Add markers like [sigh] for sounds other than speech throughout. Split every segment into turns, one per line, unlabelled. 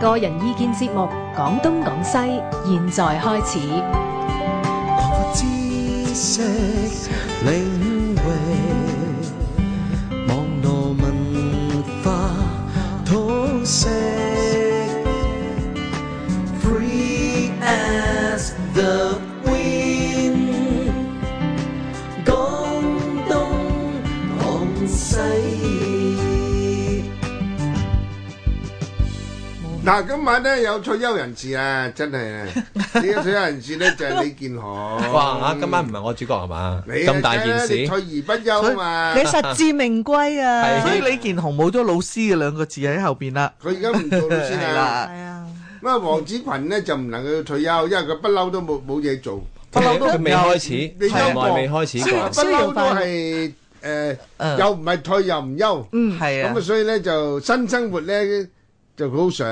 個人意見節目《廣東廣西》，現在開始。
擴闊知識領域，網絡文化通識，free as the wind。廣東廣西。
嗱，今晚咧有退休人士啊，真
[laughs]
係啊！呢個退休人士咧就係李健豪。
哇！今晚唔係我主角係嘛？
哦你啊
咁大件
你
事，
退而不休啊嘛！
你實至名歸啊！
係
所
所
以
以
李健雄冇咗老師嘅兩個字喺後邊啦。
佢而家唔做老師啦。
係啦，
啊，
咁啊，黃子群咧就唔能夠退休，因為佢不嬲都冇冇嘢做，
不嬲都佢未開
你
始，
休
從來
過
未開始
不
過。
嬲都係誒
嗯
又唔係退又唔休。
嗯，係啊
咁啊，，所以咧就新生活咧就好想。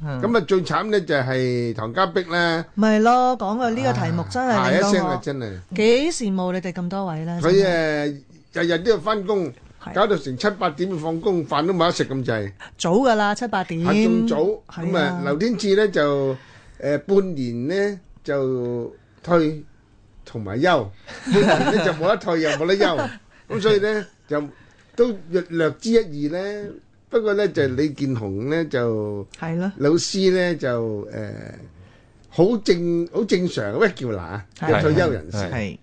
嗯
咁啊，最慘咧就係唐家碧咧，
咪咯，講到呢個題目真
下
係
一
令
聲
到
啊，
我
真係
幾羨慕你哋咁多位啦。
佢
啊真係
誒呃日日都要翻工，
係
搞到成七八點要放工，飯都冇得食咁滯，
早噶啦，七八點，
係仲早。
嗯係
咁啊，劉天志咧就誒半年咧就退同埋休，半年咧就冇得退又冇得
[laughs]
休，咁所以咧就都略略知一二咧。不過咧就李健雄咧就。
係咯，
老師咧就誒好正好正常咩叫嗱啊
係
嘅退休人士，
係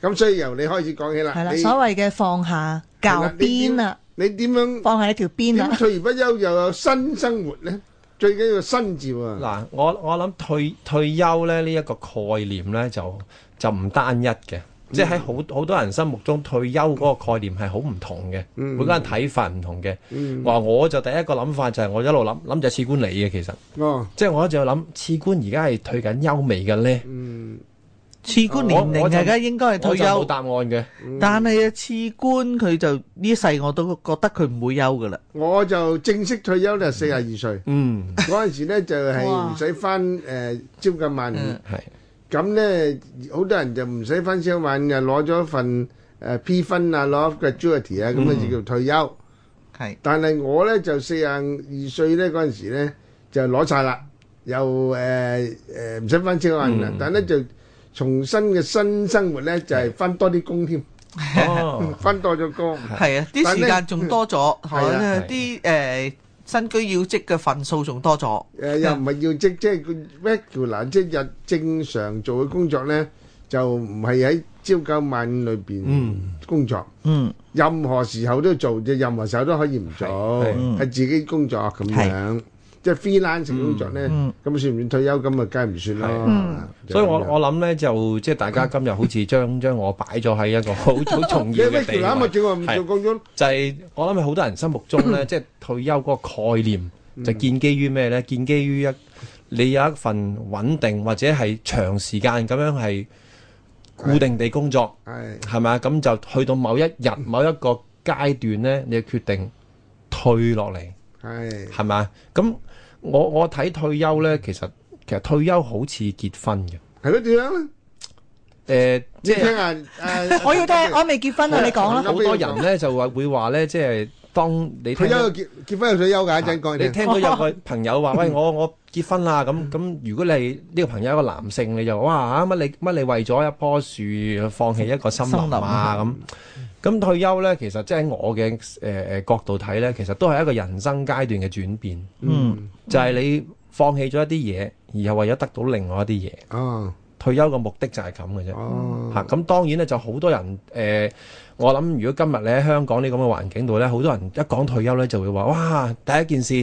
咁所以由你開始講起啦。
係啦，
你
所謂嘅放下教鞭啦，
你點樣
放下一條鞭啊啦
點，退而不休又有新生活咧？最緊要新啊字喎，
嗱，我我諗退退休咧呢一個概念咧就就唔單一嘅，即係喺
嗯
好好多人心目中退休嗰個概念係好唔同嘅，
嗯
每個人睇法唔同嘅。話我就第一個諗法就係我一路諗諗就係次官你嘅其實，
哦，
即係我一直諗次官而家係退緊休未嘅咧，
嗯，
次官年齡而家應該係
我
退
就冇
休，
答案嘅。
但係啊，次官佢就呢世我都覺得佢唔會休噶啦。
我就正式退休咧，四廿二歲
嗯，
嗰陣時咧就係
哇
唔使翻誒朝九晚五。
嗯
係。
咁咧，好多人就唔使翻商運，就攞咗份誒 P 分啊，攞 gratuity 啊，咁啊就叫退休。
係
但係我咧就四廿二歲咧嗰陣時咧就攞晒啦，又誒誒唔使翻商運啦
嗯，
但係咧就重新嘅新生活咧就係翻多啲工添，
哦，
翻多咗工。
係啊，啲
但
時
呢
間仲多咗，
係啊
嚇
係
啲誒新居要職嘅份數仲多咗。
誒又唔係要即即係佢 regular 即日正常做嘅工作咧，就唔係喺朝九晚五裏邊
嗯，
工作。
嗯，
任何時候都做，就任何時候都可以唔做，
係
係自己工作咁樣，即係 freelance 工作咧，
嗯
咁算唔算退休咁啊？梗係唔算啦。就
所以我
咁樣
我諗咧就即係大家今日好似將 [laughs] 將我擺咗喺一個
[laughs]
好好重
你
要嘅
Vicky
地
嗱咪
位，
叫我唔做
係
講咗，
就係我諗喺好多人心目中咧，即係退休嗰個概念
嗯
就建基於咩咧？建基於一你有一份穩定或者係長時間咁樣係固定地工作，
係
係咪啊？咁就去到某一日
嗯
某一個階段咧，你就決定退落嚟。
係
係嘛？咁我我睇退休咧，其實其實退休好似結婚嘅，誒、
係咯點樣咧？你
即
聽
係
下誒，
我要
[laughs]
聽，我未結婚啊，你講啦。
好多人咧就話會話咧，即係當你聽
退
到
休結結婚有退休㗎，一陣講
你
你聽。
聽到有個朋友話：喂，我我結婚啦！咁咁，如果你係呢個朋友一個男性，你就哇乜你乜你為咗一棵樹放棄一個森
森林
林啊咁。咁退休咧，其實即係喺我嘅誒誒角度睇咧，其實都係一個人生階段嘅轉變，
嗯，
就係你放棄咗一啲嘢，而係為咗得到另外一啲嘢。
哦
退休嘅目的就係咁嘅啫。
ờ. 哦，
嚇咁、當然咧，就好多人誒、呃我諗如果今日你喺香港呢咁嘅環境度咧，好多人一講退休咧就會話：哇，第一件事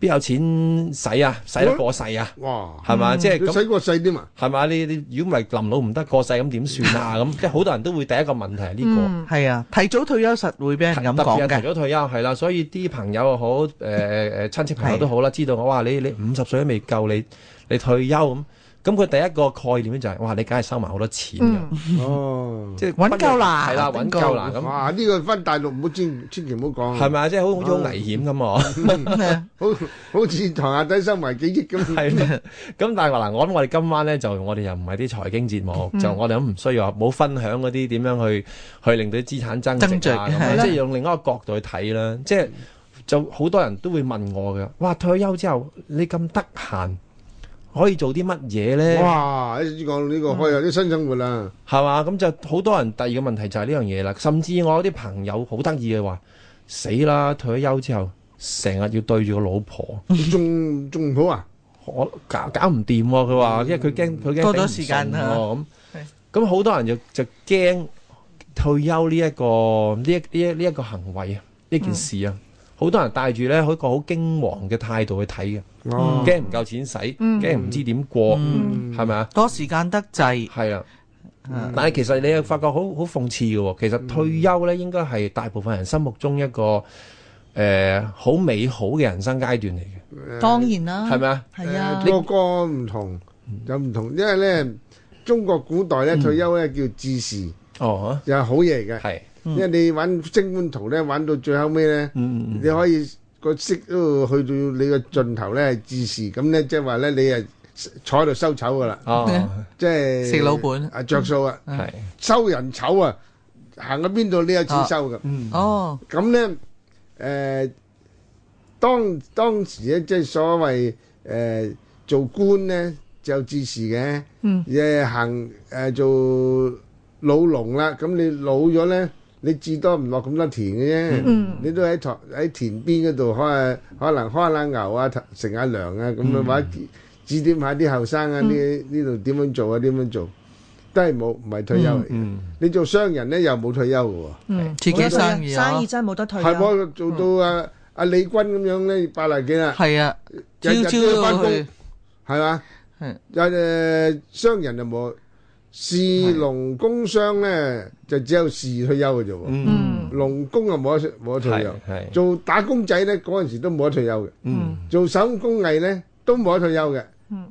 邊有錢使啊，使得過世啊，
哇！
係嘛？即係
你
咁
使過細啲嘛？
係嘛？你你如果唔係臨老唔得過世咁點算啊？咁即係好多人都會第一個問題係呢、個。
嗯，
係啊，提早退休實會俾人咁
特別
講
係
嘅
提。早退休係啦，所以啲朋友又好，誒誒誒親戚朋友都好啦，知道我話你你五十歲都未夠，你你退休咁，咁佢第一個概念咧就係、哇，你梗係收埋好多錢㗎。
嗯，
哦，
即係
揾夠啦
係啦，
揾
揾
夠
夠啦咁，
哇！呢個翻大陸唔好千千祈唔好講，
係咪啊？即係好好似好危險咁啊！
好好似堂下底收埋幾億咁。
係啦 [laughs] 咁，但係話嗱，我諗我哋今晚咧就我哋又唔係啲財經節目，就我哋都唔需要話冇分享嗰啲點樣去去令到啲資產增值
增值
啊咁
係啦
樣，即係用另一個角度去睇啦。即係就好多人都會問我嘅，哇！退休之後你咁得閒，可以做啲乜嘢呢？
哇！一講到呢個開有啲新生活啦，
係嘛？咁就好多人第二個問題就係呢樣嘢啦。甚至我有啲朋友好得意嘅話，死啦！退咗休之後，成日要對住個老婆，
仲仲唔好啊？
我搞搞唔掂喎。佢話，因為佢驚佢驚
嗯多咗
頂唔
時間
順
啊
喎
係
咁咁好多人就就驚退休呢、一個呢一呢一呢一個行為啊，呢件事
嗯
啊，好、多人帶住咧一個好驚惶嘅態度去睇嘅，
哦，
驚唔夠錢使，
嗯
驚唔知點過，係咪啊？
多時間得滯，
係啦。
啊嗯
但係其實你又發覺好好諷刺嘅喎，其實退休咧應該係大部分人心目中一個誒好、美好嘅人生階段嚟嘅，
當然啦，
係咪啊？
係啊，
個個唔同有唔同，因為咧中國古代咧退休咧叫置時，
哦，
又係好嘢嚟嘅。
係，
因為你玩升官圖咧，玩到最後尾咧，
嗯嗯
你可以個息都去到你個盡頭咧係自時咁咧，即係話咧你係坐喺度收醜噶啦，
[laughs]
哦，
即係
食老本
啊着數啊，
係，
收人醜啊，行到邊度你有錢收㗎。
嗯，
哦，
咁咧誒，當當時咧即係所謂誒、呃做官咧就自時嘅，
嗯
誒行誒做老農啦，咁你老咗咧。你至多唔落咁多田嘅啫，你都喺台喺田邊嗰度開下，可能開下牛啊，食下糧啊，咁樣或者指點下啲後生啊，呢呢度點樣做啊，點樣做，都係冇唔係退休嚟嘅。你做商人咧又冇退休嘅喎。
嗯，自己生意啊
生意，真係冇得退
係
啊！
我做到啊阿李軍咁樣咧，八廿幾啦，
係啊，朝
日日
朝
都要返
都
工
去，
係嘛？
係
有誒商人就冇，士農工商咧就只有士退休嘅啫喎，
嗯，
農工又冇得冇得退
係
休，
係，
做打工仔咧嗰陣時都冇得退休嘅，
嗯
做手工藝咧都冇得退休嘅，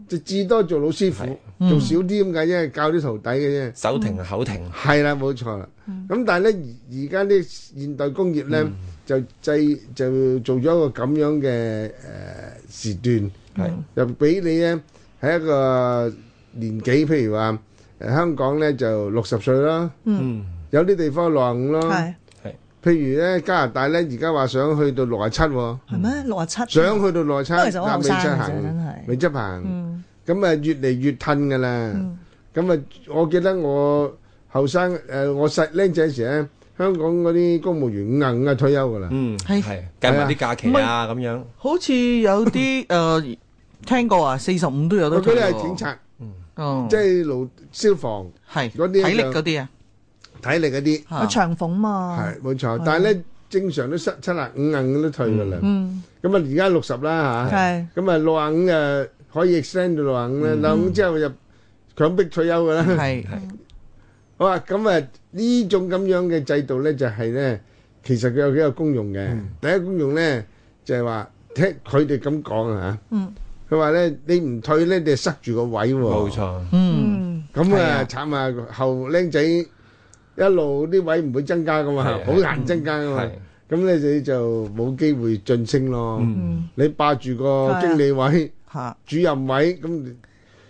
就至多做老師傅，做少啲咁解啫，教啲徒弟嘅啫。
手停口停，
係啦，冇錯啦。
嗯
咁但係咧，而而家啲現代工業咧，就製就做咗一個咁樣嘅誒呃時段，
係
就俾你咧喺一個年紀，譬如話誒香港咧就六十歲啦，
嗯
有啲地方六十五啦。
係
譬如咧加拿大咧，而家話想去到六十七喎，
係咩？六啊七，
想去到六十七，
都其實好
但
後
未
生
執
嘅啫，
行
真，係。
未執行。
嗯
咁啊越嚟越褪㗎啦。咁啊、我記得我後生誒，我細僆仔時咧，香港嗰啲公務員五啊五啊退休㗎啦。
嗯，
係
係計埋啲假期啊咁樣，
好似有
[laughs]
啲誒聽過啊，四十五都有得
佢
退
嗰啲
喎
係警，察，
哦
即係勞消防
係
嗰啲
體力
就
嗰啲啊
體力嗰啲，
有
嚇，
長鳳嘛，
係冇錯。但係咧正常都七七啊五啊五都退㗎啦。
嗯，
咁啊而家六十啦嚇，
係嗯
咁啊六啊五啊可以 extend 到六啊五啦，六啊五之後就強迫退休㗎啦。
係
好啊，咁啊呢種咁樣嘅制度咧，就係咧，其實佢有幾個功用嘅。第一功用咧就係話，聽佢哋咁講啊嚇
嗯，
佢話咧你唔退咧，你就塞住個位喎。
冇。錯，
嗯
嗯，
咁
係
啊
啊
慘啊！後僆仔一路啲位唔會增加噶嘛，
係啊
好難增加噶嘛
係。
咁咧你就冇機會晉升咯。
嗯
你霸住個經理位、
嚇
主任位，咁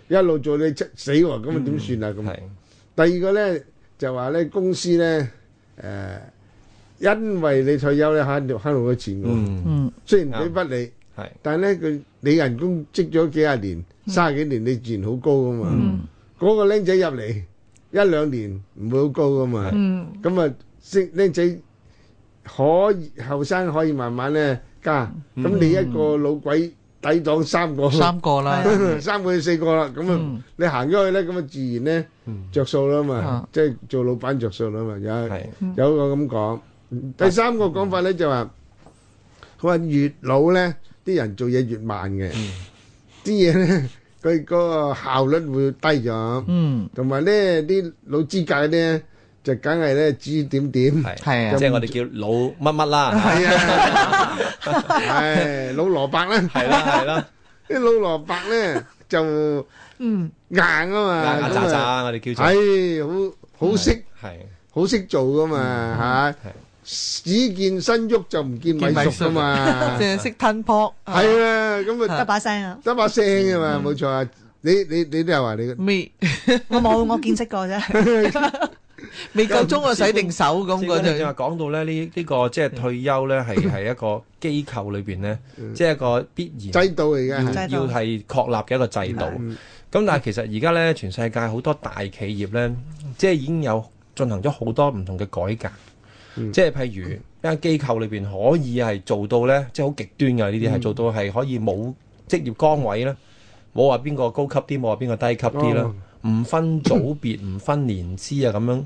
一路做你出死喎，咁啊點算啊咁？
係
第二個咧就話咧公司咧誒、因為你退休咧慳到慳好多錢嘅喎，
嗯
嗯
雖然俾筆你，
係
但係咧佢你人工積咗幾廿年、三十幾年，你自然好高噶嘛。嗰、個僆仔入嚟一兩年唔會好高噶嘛，咁啊識僆仔可以後生可以慢慢咧加，咁、你一個老鬼抵擋嗯三個。
三個啦，
[laughs] 三個至四個啦，咁啊
嗯，
你行咗去咧，咁啊，自然咧
嗯
着數啦嘛
啊，
即係做老闆着數啦嘛，有
係
有一個咁講。第三個講法咧就話，佢話越老咧，啲人做嘢越慢嘅，啲嘢咧佢嗰個效率會低咗，
嗯
同埋咧啲老資格咧就梗係咧指指點點，
係
係啊
即係我哋叫老乜
[laughs]
乜啦，
係啊，係老蘿蔔啦。
係啦係啦，
啲老蘿蔔咧就硬啊嘛，
牙牙
咁
渣
啊，
渣我哋叫做
係好好識
係
好識做噶嘛
係
嚇，只見身喐就唔見米熟噶嘛
[laughs] 即，係識吞撲，
係啊，咁
得
啊
把聲
[laughs]
啊！
得把聲啊嘛，冇錯 à,
Ừ.
啊，你你你都係話你
咩？
[laughs]
我冇，我見識過啫。
未
[laughs]
夠鐘我洗定手咁
師
嗰
哥你正話
陣，
講到咧，呢呢個即係退休咧，係係一個機構裏邊咧，即係一個必然
制度嚟嘅
要
係，
制度
要係確立嘅一個制度。
嗯
咁但係其實而家咧，全世界好多大企業咧，即係已經有進行咗好多唔同嘅改革，
嗯
即係譬如一間機構裏邊可以係做到咧，即係好極端嘅呢啲係做到係可以冇職業崗位咧，冇話邊個高級啲，冇話邊個低級啲
哦
啦，唔、分組別，唔分年資啊咁樣，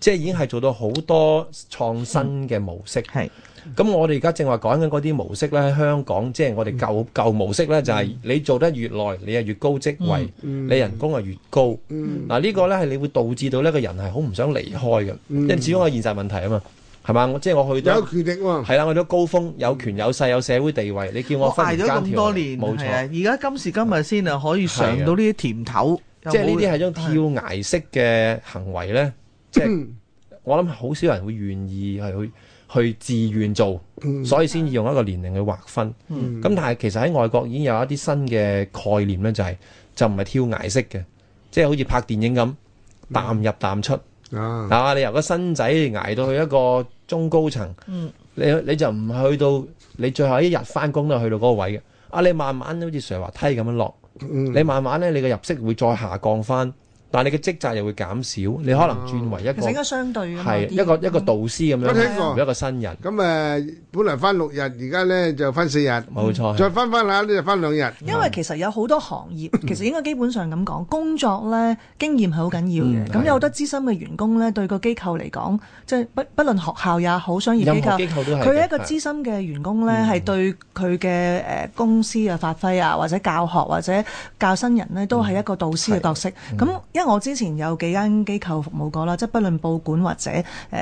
即係已經係做到好多創新嘅模式。
係
咁我哋而家正話講緊嗰啲模式咧，喺香港即係我哋舊舊模式咧，就係你做得越耐，你係越高職位，
嗯
你人工係越高。嗱、
嗯
呢個咧係你會導致到呢個人係好唔想離開嘅，
嗯
因為始終係現實問題啊嘛，係嘛？我即係我去到
有權力喎，
係啦，我去到高峰，有權有勢，有社會地位，你叫
我
我分
捱咗
年間
咁
條
多
例，
年，
冇
係
錯。
啊，而家今時今日先啊可以
係啊
嘗到呢啲甜頭，
即係呢啲
係
係一種跳崖式嘅行為咧，即係我諗好少人會願意係去去自願做，所以先要用一個年齡去劃分。
嗯
咁但係其實喺外國已經有一啲新嘅概念咧，就係、就唔係跳崖式嘅，即係好似拍電影咁，淡入淡出。
啊，
啊！你由個新仔捱到去一個中高層，
嗯
你你就唔去到你最後一日翻工都係去到嗰個位嘅。啊！你慢慢好似上滑梯咁樣落，
嗯
你慢慢咧你嘅入息會再下降翻，但係你嘅職責又會減少，你可能轉為一
其實
個
應該相對㗎嘛
係
啲
一個一個導師咁
啊我聽
樣，
過
一。個新人，
咁誒，本來翻六日，而家咧就翻四日，
冇錯。
再翻翻下咧就翻兩日。
嗯因為其實有好多行業，
嗯
其實應該基本上咁講，工作呢經驗係好緊要
嗯
嘅。咁、
係
有好多資深嘅員工呢，對個機構嚟講，即係不不論學校也好，商業
任
機
何
構
機。構都係嘅
佢一個
係
資深嘅員工呢，係對佢嘅誒公司嘅發揮啊，或者教學或者教新人呢，都係一個導師嘅角色。咁因為我之前有幾間機構服務過啦，即係不論報館或者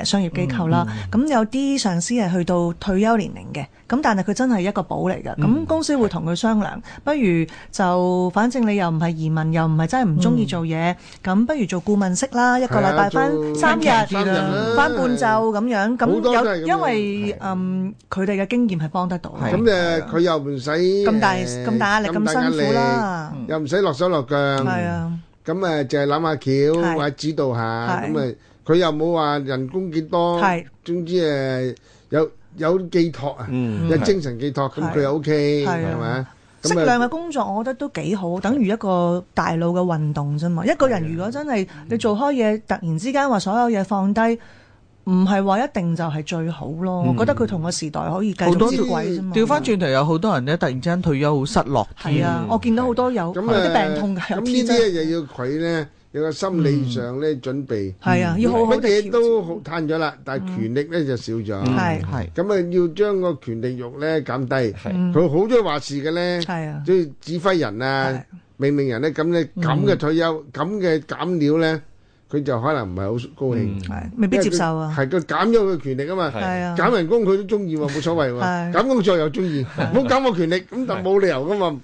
誒商業機構啦，咁有啲上司係去到退休年齡嘅，咁但係佢真係一個寶嚟㗎。咁公司會同佢商量，不如就反正你又唔係移民，又唔係真係唔中意做嘢，咁不如做顧問式啦，一個禮拜翻
係啊做
三日。
三日啦，
翻半晝咁樣，
好多
咁
都係咁樣
有因為嗯佢哋嘅經驗係幫得到，
係
咁誒，佢又唔使
咁大
誒
咁大壓力
大
咁辛苦啦，
壓力，又唔使落手落腳，
係啊，
咁誒就係諗下
係
橋或者指導下，咁
係
誒佢又冇話人工幾多，
係
總之誒有有寄託啊，
嗯
有精神寄託，咁
係
佢又 OK
係啊
係咪啊？
適
咁
量
誒
嘅工作，我覺得都幾好，等於一個大腦嘅運動啫嘛。一個人如果真係你做開嘢，突然之間話所有嘢放低，唔係話一定就係最好咯。我覺得佢同個時代可以繼
好
續
多
接軌啫嘛。
調翻轉頭有好多人咧，突然之間退休好失落
係
添。
啊，我見到好多有有
咁
啲
誒
病痛嘅，
咁
有
呢
啲
啲
真係
咧又要佢咧有個心理上咧準備，
係啊，要好好
乜
地
嘢
調
都
節
好攤咗啦，但係權力咧就少咗，
係
係
咁啊要將個權力慾咧減低，
係
佢好中意話事嘅咧。
係啊，
即係指揮人啊
係、
命令人咧，咁咧咁嘅退休、咁嘅減料咧，佢就可能唔係好高
嗯
興，
係未必接受啊，
係佢減咗佢權力啊嘛，
係
係啊，
減人工佢都中意喎，冇所謂喎，
係
減工作又中意，唔好減我權力，咁就冇理由噶嘛，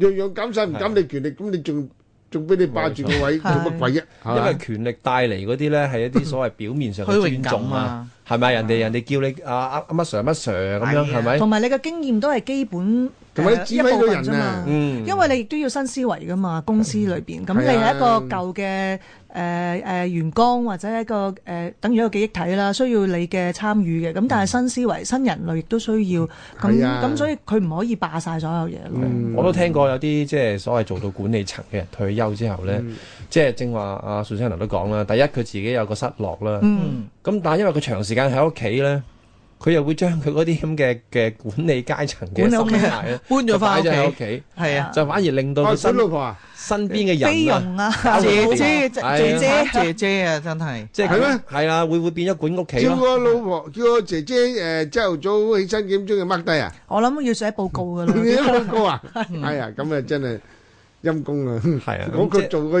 樣樣減晒唔減你權力，咁你仲仲俾你霸住個位，做乜鬼啫？係
因為
嘛？
權力帶嚟嗰啲咧係一啲所謂表面上嘅
虛榮
尊重
感
啊
啊，
嗯
係咪？人哋人哋叫你啊啊乜 Sir 乜 Sir 咁樣
係啊
係咪？
同埋你嘅經驗都係基本
同埋你
誒
指
一
揮
部
個
分
人
啫
啊
嘛。
嗯，
因為你亦都要新思維噶嘛，公司裏邊咁你
係啊
係一個舊嘅誒誒員工或者一個誒、呃等於一個記憶體啦，需要你嘅參與嘅。咁但係新思維、新人類亦都需要咁
係啊
咁，所以佢唔可以霸晒所有嘢咯。
嗯
我都聽過有啲即係所謂做到管理層嘅人退休之後咧，
嗯
即係正話阿蘇生林都講啦，第一佢自己有個失落啦，咁、
嗯，
但係因為佢長時間喺屋企咧，佢又會將佢嗰啲咁嘅嘅管理階層嘅
管理屋企
心態咧
搬咗翻
擺咗喺
屋企
屋企，
係啊，
就反而令到
啊，
佢
佢
身
老婆啊，
身邊嘅
菲
人啊。
傭
[laughs]
啊，[laughs]
姐姐
係啊
姐姐姐姐啊，真係
即係
係咩
佢係啦，會會變咗管屋企
叫
咯。
個老婆，叫個姐姐誒，朝頭早起身幾點鐘就 mark 低
[laughs]
啊？ [laughs]
我諗要寫報告噶啦。
你一個啊？哎呀，咁啊真係陰公啊！
係啊，
我
咁即係
佢做個陰